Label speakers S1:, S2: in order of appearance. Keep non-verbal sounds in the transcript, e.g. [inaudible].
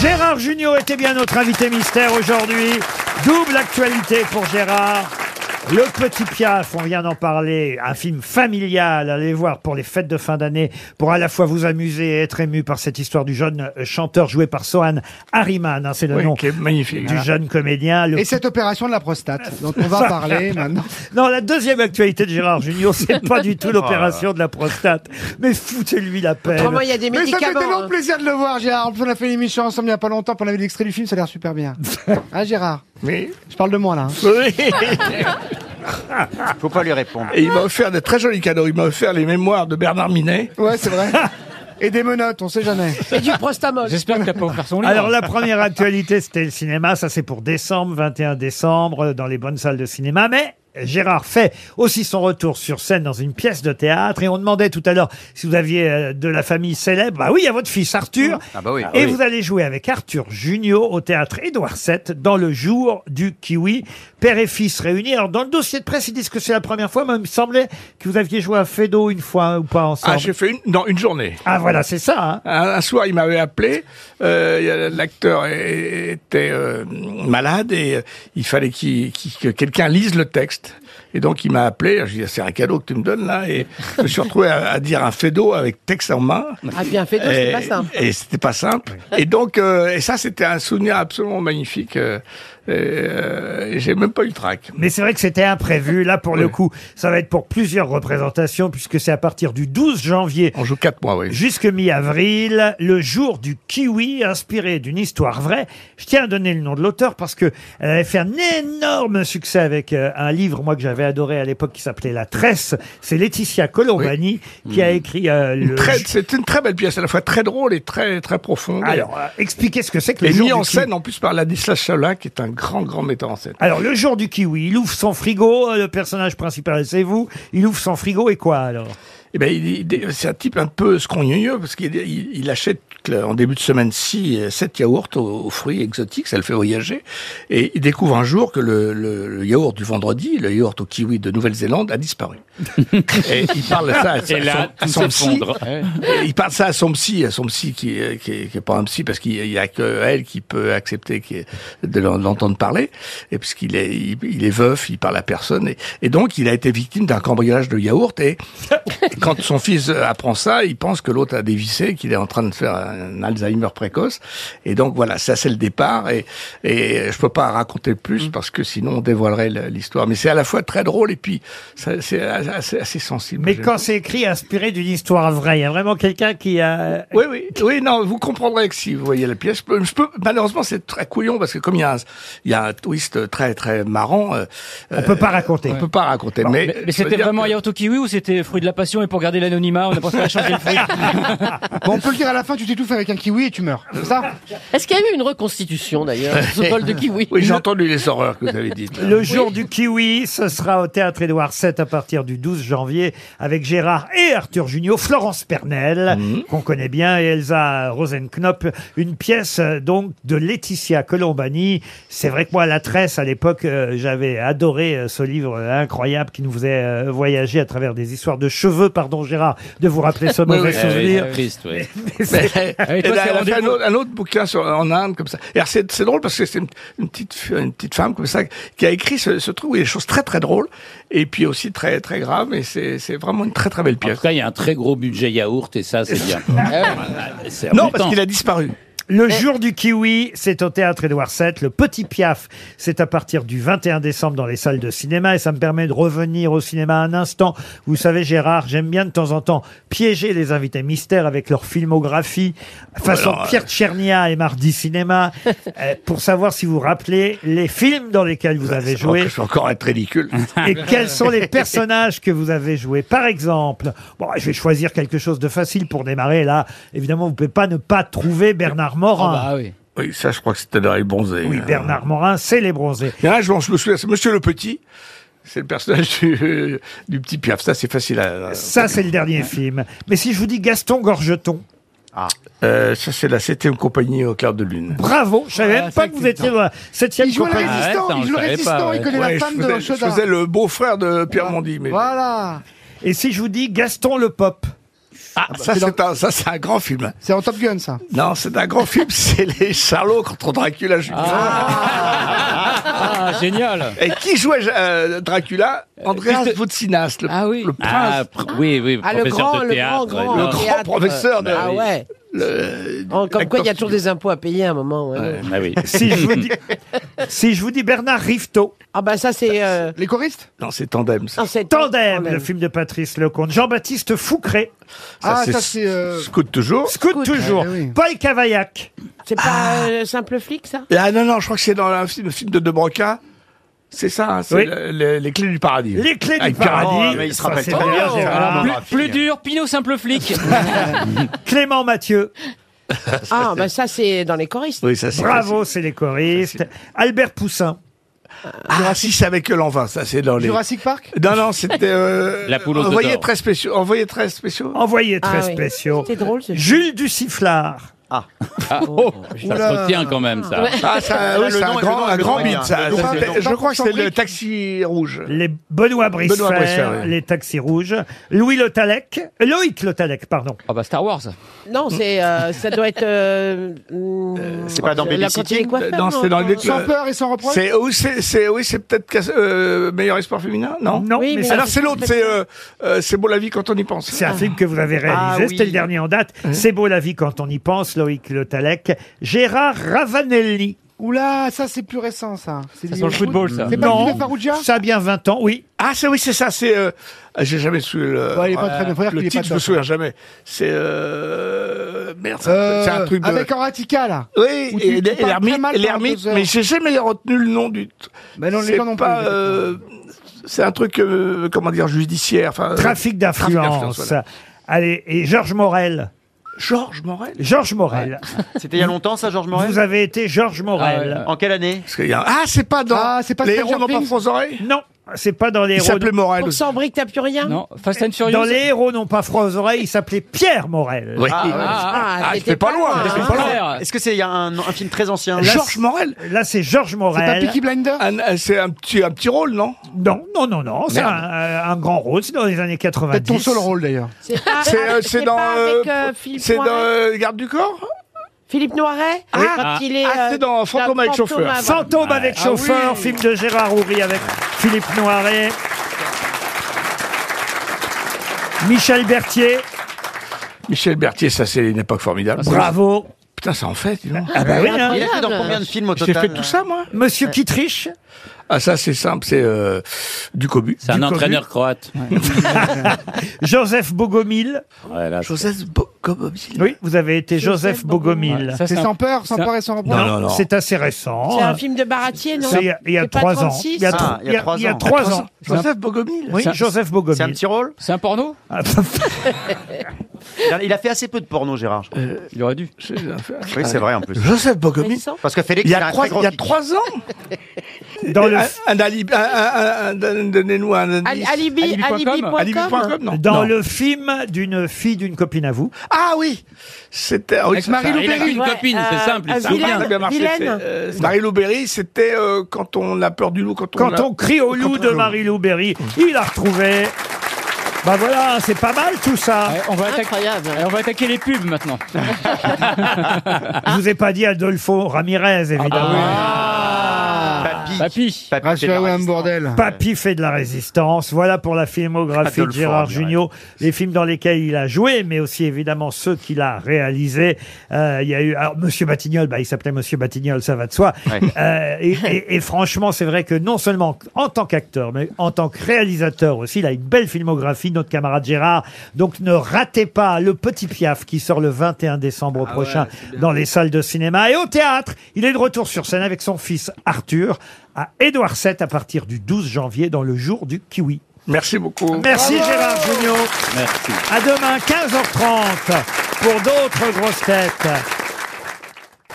S1: Gérard Junior était bien notre invité mystère aujourd'hui. Double actualité pour Gérard. Le Petit Piaf, on vient d'en parler, un film familial, allez voir pour les fêtes de fin d'année, pour à la fois vous amuser et être ému par cette histoire du jeune euh, chanteur joué par Sohan Harriman, hein, c'est le
S2: Oui, Ah.
S1: nom
S2: qui est magnifique.
S1: du jeune comédien. Le
S3: Et cette opération de la prostate dont on va parler maintenant.
S1: Non, la deuxième actualité de Gérard Junior, c'est pas du tout l'opération de la prostate. Mais foutez-lui la peine.
S4: Autrement, il y a des
S3: Mais ça fait
S4: médicaments.
S3: tellement
S5: hein.
S3: plaisir de le voir, Gérard. On a fait l'émission ensemble il n'y a pas longtemps, puis on avait l'extrait du film, ça a l'air super bien. Hein, Gérard
S2: Oui.
S3: Je parle de moi, là. hein.
S2: Oui.
S5: Faut pas lui répondre.
S2: Et il m'a offert de très jolis cadeaux. Il m'a offert les mémoires de Bernard Minet.
S3: Ouais, c'est vrai. [laughs] Et des menottes, on sait jamais.
S4: hein. Et du prostamol.
S6: J'espère que t'as pas offert son livre.
S1: Alors la première actualité, c'était le cinéma. Ça c'est pour décembre, 21 décembre, euh, dans les bonnes salles de cinéma. Mais Gérard fait aussi son retour sur scène dans une pièce de théâtre. Et on demandait tout à l'heure si vous aviez euh, de la famille célèbre. Bah oui, il y a votre fils Arthur.
S5: Ah bah oui.
S1: Et
S5: Ah oui.
S1: vous allez jouer avec Arthur Junio au théâtre Édouard VII dans le jour du kiwi. Père et fils réunis. Alors dans le dossier de presse, ils disent que c'est la première fois, mais il me semblait que vous aviez joué à Fedo une fois hein, ou pas ensemble.
S2: Ah, j'ai fait une, dans une journée.
S1: Ah, voilà, c'est ça. hein.
S2: Un, un soir, il m'avait appelé. euh, il y a- L'acteur é- était euh, malade et euh, il fallait qu'il- qu'il- que quelqu'un lise le texte. Et donc, il m'a appelé. Je lui ai dit, c'est un cadeau que tu me donnes là. Et je me suis retrouvé à, à dire un fédo avec texte en main.
S4: Ah, bien fait, donc,
S2: Et-
S4: c'est pas simple.
S2: Et c'était pas simple. Et donc, euh, et ça, c'était un souvenir absolument magnifique. euh, et, euh, et j'ai même pas eu le trac.
S1: Mais c'est vrai que c'était imprévu. Là, pour le
S2: Oui.
S1: coup, ça va être pour plusieurs représentations, puisque c'est à partir du 12 janvier
S2: On joue quatre mois, oui.
S1: jusque mi-avril, le jour du kiwi, inspiré d'une histoire vraie. Je tiens à donner le nom de l'auteur parce que elle avait fait un énorme succès avec euh, un livre, moi, que j'avais adoré à l'époque, qui s'appelait La Tresse. C'est Laetitia Colombani qui a écrit euh, le...
S2: Très- C'est une très belle pièce, à la fois très drôle et très très profonde.
S1: Alors, euh, expliquez ce que c'est que le
S2: et
S1: jour
S2: mis
S1: du
S2: en
S1: kiwi.
S2: scène en plus par Ladislas Chala, qui est un grand grand metteur en scène.
S1: Alors, le jour du kiwi, il ouvre son frigo, euh, le personnage principal, c'est vous, il ouvre son frigo et quoi alors
S2: Eh ben, il- il- c'est un type un peu scrogneux parce qu'il il, il achète là, en début de semaine 6, 7 yaourts aux, aux fruits exotiques, ça le fait voyager. Et il découvre un jour que le, le- le yaourt du vendredi, le yaourt au kiwi de Nouvelle-Zélande,
S1: [laughs]
S2: a disparu. et il parle de ça à, son-
S6: Et là,
S2: à
S6: tout
S2: son psy.
S6: s'effondre. Ouais.
S2: Et il parle ça à son psy, à son psy qui, euh, qui, est, qui est pas un psy parce qu'il y a que elle qui peut accepter qui est- de l'en- de l'entendre parler. Et puisqu'il est, il, il est veuf, il parle à personne. Et, et donc, il a été victime d'un cambriolage de yaourt. Et quand son fils apprend ça, il pense que l'autre a dévissé, qu'il est en train de faire un Alzheimer précoce. Et donc, voilà, ça, c'est le départ. Et, et je peux pas en raconter plus parce que sinon, on dévoilerait la- l'histoire. Mais c'est à la fois très drôle et puis, ça- c'est assez, assez sensible.
S1: Mais
S2: J'aime
S1: quand c'est écrit inspiré d'une histoire vraie, il y a vraiment quelqu'un qui a. euh,
S2: Oui, oui, oui, non, vous comprendrez que si vous voyez la pièce, je peux, je peux- malheureusement, c'est très couillon parce que comme il y a un, il y a un twist très, très marrant, euh,
S1: On peut pas raconter.
S2: on peut pas raconter. mais
S6: Mais, mais
S2: je veux
S6: c'était
S2: dire
S6: vraiment
S2: que-
S6: yaourt au kiwi ou c'était fruit de la passion et pour garder l'anonymat, on a préféré changer le fruit
S7: [laughs]
S3: Bon, on peut le dire à la fin, tu t'es tout fait avec un kiwi et tu meurs. C'est ça
S4: Est-ce qu'il y a eu une reconstitution, d'ailleurs, de ce
S2: [laughs]
S4: bol de kiwi
S2: Oui, j'ai entendu les horreurs que vous avez dites.
S1: Le jour du kiwi, ce sera au théâtre Édouard VII à partir du 12 janvier avec Gérard et Arthur Junior, Florence Pernel, qu'on connaît bien, et Elsa Rosenknop. Une pièce euh, donc de Laetitia Colombani. C'est vrai que moi, la tresse, à l'époque, euh, j'avais adoré euh, ce livre euh, incroyable qui nous faisait euh, voyager à travers des histoires de cheveux. Pardon, Gérard, de vous rappeler ce mauvais
S7: Eh
S1: souvenir.
S6: Triste, Eh oui.
S2: Mais-
S6: Allez, toi,
S2: elle a-
S6: c'est
S2: elle a fait un,
S6: rendez-vous.
S2: autre, un autre bouquin sur, en Inde comme ça. Et alors, c'est c'est drôle parce que c'est une, une petite f- une petite femme comme ça qui a écrit ce, ce truc où il y a des choses très très drôles et puis aussi très très graves. Et c'est c'est vraiment une très très belle
S7: En
S2: pièce.
S7: tout cas, il y a un très gros budget yaourt et ça, c'est bien. C'est
S2: Non,
S7: embêtant.
S2: parce qu'il a disparu.
S1: Le jour du kiwi, c'est au théâtre Édouard VII. Le petit piaf, c'est à partir du 21 décembre dans les salles de cinéma. Et ça me permet de revenir au cinéma un instant. Vous savez, Gérard, j'aime bien de temps en temps piéger les invités mystères avec leur filmographie, façon
S2: alors, euh,
S1: Pierre Tchernia et Mardi
S6: [laughs]
S1: Cinéma, euh, pour savoir si vous vous rappelez les films dans lesquels vous avez
S2: Je
S1: joué
S2: vais encore être ridicule.
S1: et quels sont les personnages que vous avez joués. Par exemple, bon, je vais choisir quelque chose de facile pour démarrer. Là, évidemment, vous ne pouvez pas ne pas trouver Bernard Morin.
S6: Ah bah oui.
S2: Oui, ça, je crois que c'était dans les bronzés.
S1: Oui,
S2: Euh,
S1: Bernard Morin, c'est les bronzés.
S2: Il y en a, je, m'en- je me souviens, c'est Monsieur le Petit. C'est le personnage du, [laughs] euh, du petit Piaf. Ça, c'est facile à.
S1: Ça, c'est le dernier film. Mais si je vous dis Gaston Gorgeton,
S2: Euh, ça, c'est la septième compagnie au clair de lune.
S1: bravo, je savais
S6: Ah,
S1: même
S6: c'est
S1: pas que vous
S6: putain.
S1: étiez dans la septième
S3: Il joue le
S1: compagnie.
S6: Ah,
S3: résistant,
S6: ouais, ça, on
S3: il joue le
S6: le savait
S3: résistant,
S6: pas,
S3: il
S6: ouais.
S3: connaît
S2: Ouais,
S3: la femme
S2: je,
S3: de
S2: faisais, je
S3: Chedard.
S2: faisais Ah, le beau-frère de Pierre Mondi. Mais
S3: Voilà
S1: Et si je vous dis Gaston le Pop,
S2: Ah, ça, c'est un, ça, c'est un grand film.
S3: C'est en Top Gun, ça.
S2: Non, c'est un grand film, [laughs] c'est les Charlots contre Dracula Junior.
S6: Ah, génial
S2: Et qui jouait euh, Dracula Andreas
S7: Christ-
S2: Voutsinas, le,
S5: Ah oui.
S2: le prince,
S7: Ah, pr- oui, oui,
S5: Ah, le
S7: professeur
S5: grand,
S7: de
S5: le
S7: théâtre.
S5: grand, grand.
S6: euh,
S7: et
S2: le
S7: non.
S5: grand.
S2: grand
S5: théâtre.
S2: professeur de...
S5: Ah ouais.
S2: le-
S5: Oh, comme quoi, il y a
S2: l'acteur-
S5: toujours des impôts à payer à un moment. ouais, non.
S7: Ah oui.
S1: Si je vous
S3: [laughs]
S1: dis, si je vous dis Bernard Rifteau,
S5: Ah bah ça, c'est... euh,
S3: Les choristes
S2: Non, c'est Tandem, ça.
S5: non, c'est-
S1: Tandem, le film de Patrice Lecomte, Jean-Baptiste Foucré,
S3: Ah, ça, c'est. euh,
S2: Scout toujours.
S1: Scout toujours,
S3: Ah, oui.
S1: Paul Cavaillac,
S5: C'est pas euh, simple flic, ça
S2: Ah non, non, je crois que c'est dans un film, le film de De Broca. C'est ça, hein, c'est
S1: Oui.
S2: le- le- les clés du paradis.
S1: Les Clés du
S2: Avec Oh,
S1: Paradis,
S8: mais Ah, il se
S1: ça,
S8: rappelle
S1: c'est
S8: très
S1: bien,
S8: bien,
S1: Gérard.
S7: Ah,
S8: Gérard.
S6: plus, plus dur, Pinot simple flic.
S1: Clément Mathieu,
S5: Ah bah ça, c'est dans les choristes.
S2: Oui, ça c'est.
S1: bravo, c'est les choristes, Albert Poussin,
S2: Ah, si, c'est avec l'an 20, ça c'est dans les.
S3: Jurassic Park
S2: Non, non, c'était. euh,
S7: La poule aux œufs
S2: Envoyé
S7: d'or.
S2: très spéciaux. Envoyé très spéciaux.
S1: envoyé très
S5: Ah oui.
S1: spéciaux,
S5: C'était drôle, ce
S1: Jules Duciflard,
S7: Ah,
S6: Oh,
S7: ça se retient quand même, ça.
S2: Ah, ça, oui,
S8: le
S2: c'est un
S8: nom est-
S2: grand,
S8: le nom est
S2: un grand
S8: bien.
S2: bide, ça.
S8: Le nom
S2: Ça,
S8: est
S2: c'est-
S8: bien.
S2: Je crois que c'est le
S3: Jean-Paul
S2: taxi rouge.
S1: les Benoît Brice,
S2: Bricefer, oui.
S1: les Taxis Rouges, Louis Lotalec, Loïc Lotalec, pardon.
S6: Ah bah Star Wars.
S5: Non, c'est euh, ça doit être. euh,
S8: c'est pas dans
S5: la
S8: Babysitting
S5: quantité de coiffeurs,
S2: Euh, non, c'est dans les-
S3: Sans
S2: Euh,
S3: peur et sans reproche
S2: C'est, oui, c'est, c'est- oui, c'est peut-être cas- euh, meilleur espoir féminin, non?
S1: Non,
S5: Oui,
S1: mais
S5: mais- ah.
S1: ça,
S2: Alors c'est l'autre, c'est, euh, euh, c'est beau la vie quand on y pense.
S1: C'est un film que vous avez réalisé,
S8: Ah
S1: c'était
S8: oui.
S1: le dernier en date. C'est beau la vie quand on y pense, Loïc Le Talec. Gérard Ravanelli.
S3: Ah, Oula, ça, c'est plus récent, ça. C'est
S6: Ça
S3: du
S6: sent le football, ça.
S3: C'est pas
S1: Non.
S3: le film de Farrugia
S1: Ça a bien 20 ans, oui.
S2: Ah, c'est oui, c'est ça. C'est euh, j'ai jamais su le.
S3: Ouais, il est pas très bien, faut dire
S2: le
S3: qu'il est
S2: titre,
S3: pas
S2: je me
S3: top. hein.
S2: souviens jamais. C'est euh, merde, c'est
S3: Euh,
S2: c'est un truc. De...
S3: Avec Horatica, là.
S2: Oui,
S3: où tu-
S2: et
S3: tu parles très
S2: l'ermite,
S3: mal pendant
S2: l'ermite.
S3: deux heures.
S2: Mais j'ai jamais retenu le nom du.
S3: Bah non, les
S2: c'est
S3: gens non plus,
S2: pas,
S3: les gens.
S2: euh, c'est un truc, euh, comment dire, judiciaire. Enfin, euh,
S1: Trafic
S2: d'influence,
S1: d'influence.
S2: voilà.
S1: Allez, et Georges Morel.
S2: Georges Morel.
S1: Georges Morel.
S8: C'était il y a longtemps, ça, Georges Morel
S1: Vous avez été Georges Morel.
S8: En quelle année
S2: Parce qu'il y a- Ah, c'est pas dans.
S3: Ah, c'est pas
S2: les
S3: Stranger
S2: héros n'ont pas
S3: Things
S2: froid aux oreilles.
S1: Non, c'est pas dans les
S2: Il
S1: héros.
S2: s'appelait Morel.
S5: Pour
S2: aussi.
S5: 100 briques, t'as plus rien
S6: Non, Fast and Furious.
S1: Dans les héros n'ont pas froid aux oreilles, il s'appelait Pierre Morel.
S2: Oui.
S5: Ah,
S2: Ah,
S5: t'étais
S2: c'était pas loin.
S5: hein.
S2: c'était pas loin.
S6: Frère.
S8: Est-ce que c'est il y a un, un film très ancien
S2: Georges Morel.
S1: Là, c'est Georges
S3: C'est pas
S1: Morel.
S3: Peaky Blinder
S2: Un- euh, C'est un petit, un petit rôle, non
S1: Non, non, non, non. C'est un, euh,
S2: Merde.
S1: un grand rôle. C'est dans les années 90.
S3: Peut-être ton seul rôle, d'ailleurs.
S5: C'est pas,
S2: C'est, euh,
S5: c'est
S2: c'est
S5: Ah, pas
S2: dans.
S5: avec euh,
S2: euh,
S5: Philippe,
S2: c'est dans
S5: Noiret.
S2: euh, Garde du Corps
S5: Philippe Noiret
S2: Oui.
S5: Quand
S2: Ah.
S5: il est,
S2: Ah,
S5: euh,
S2: c'est dans Fantôme avec chauffeur.
S5: avant.
S1: Fantôme avec chauffeur, film de Gérard Houry avec Philippe Noiret. Michel Berthier,
S2: Michel Berthier, ça c'est une époque
S1: Ah,
S2: formidable.
S1: bravo.
S2: Putain, ça en fait, dis donc.
S1: Ah bah oui, hein.
S8: Il a fait dans combien de films au
S2: J'ai
S8: total
S2: fait tout ça, moi
S1: Monsieur Kittrich,
S2: Ah, ça c'est simple, c'est euh, du cobu.
S7: C'est un entraîneur croate.
S1: Joseph Bogomil.
S7: Voilà, c'est-
S2: Joseph Bo- Gobobsil.
S1: Oui, vous avez été Joseph,
S5: Joseph
S1: Bogomil.
S6: Ça,
S3: C'est
S6: un-
S3: sans peur, sans
S6: c'est un-
S3: peur et sans
S2: Non,
S3: reproche.
S2: non, non.
S1: C'est assez récent.
S5: C'est
S1: hein.
S5: un film de Baratier, non
S1: C'est il y a- il y a
S5: C'est pas
S1: trois ans.
S5: 36?
S1: Il y a
S8: Ah,
S1: tro-
S8: il y a trois
S1: il y a
S8: ans.
S1: trois ans.
S2: Joseph Bogomil
S1: Oui,
S6: C'est un-
S1: Joseph
S8: C'est un
S1: Bogomil. Ah,
S8: petit rôle
S6: C'est un porno
S8: Il a fait assez peu de porno, Gérard. je crois.
S6: Il aurait dû.
S2: C'est-
S8: Oui, c'est vrai en plus.
S2: Joseph
S5: Mais
S2: Bogomil
S5: sans-
S8: Parce que Félix,
S2: Euh, il y
S8: il a
S2: a
S8: un
S2: trois,
S8: très gros
S2: il y a
S8: kick.
S2: trois ans.
S1: [laughs] Dans le,
S2: Un, un alibi, un- un- un- un- donnez-nous un
S5: Ali-
S2: indice.
S5: Alibi,
S6: Alibi.com.
S5: alibi.com.
S2: Alibi.com, non.
S1: dans
S2: Non.
S1: le film d'une fille d'une copine à vous.
S2: Ah oui, c'était oh oui,
S3: Avec
S2: ça-
S3: Marie-Lou
S7: Il a
S3: Perry.
S7: qu'une copine,
S5: Ouais,
S7: c'est
S5: euh,
S7: simple. il
S5: un
S7: s'en
S5: vilain.
S7: vient.
S2: Ça a bien marché,
S5: Vilaine.
S2: c'est, euh, Marie-Lou Berry, c'était euh, quand on a peur du loup, quand on
S1: Quand
S2: l'a-
S1: on crie au loup de Marie-Lou Berry, il a retrouvé. Bah voilà, c'est pas mal tout ça.
S6: Ouais, Eh, on, va attaquer,
S5: Ah, Incroyable.
S6: on va attaquer les pubs maintenant.
S1: Je vous ai pas dit Adolfo
S8: Ah bah
S1: Ramirez, évidemment.
S6: Ah.
S8: Papy.
S6: Papy.
S8: Papy, c'est
S3: Rassurez-vous,
S8: la
S3: un
S8: résistance.
S3: bordel.
S1: Papy fait de la résistance. Voilà pour la filmographie de
S8: Adolfo
S1: Gérard
S8: Ramirez.
S1: Jugnot. Les films dans lesquels il a joué, mais aussi évidemment ceux qu'il a réalisés. Euh, il y a eu alors, Monsieur Batignol, bah, il s'appelait Monsieur Batignol, ça va de soi.
S8: Ouais.
S1: Euh, et, et- et franchement, c'est vrai que non seulement en tant qu'acteur, mais en tant que réalisateur aussi, il a une belle filmographie, notre camarade Gérard. Donc ne ratez pas Le Petit Piaf qui sort le 21 décembre prochain dans les salles de cinéma et au théâtre. Il est de retour sur scène avec son fils Arthur à Édouard VII à partir du 12 janvier dans le jour du kiwi.
S2: Merci beaucoup.
S1: Merci Gérard Jugnot.
S7: Merci.
S1: À demain 15h30 pour d'autres grosses têtes.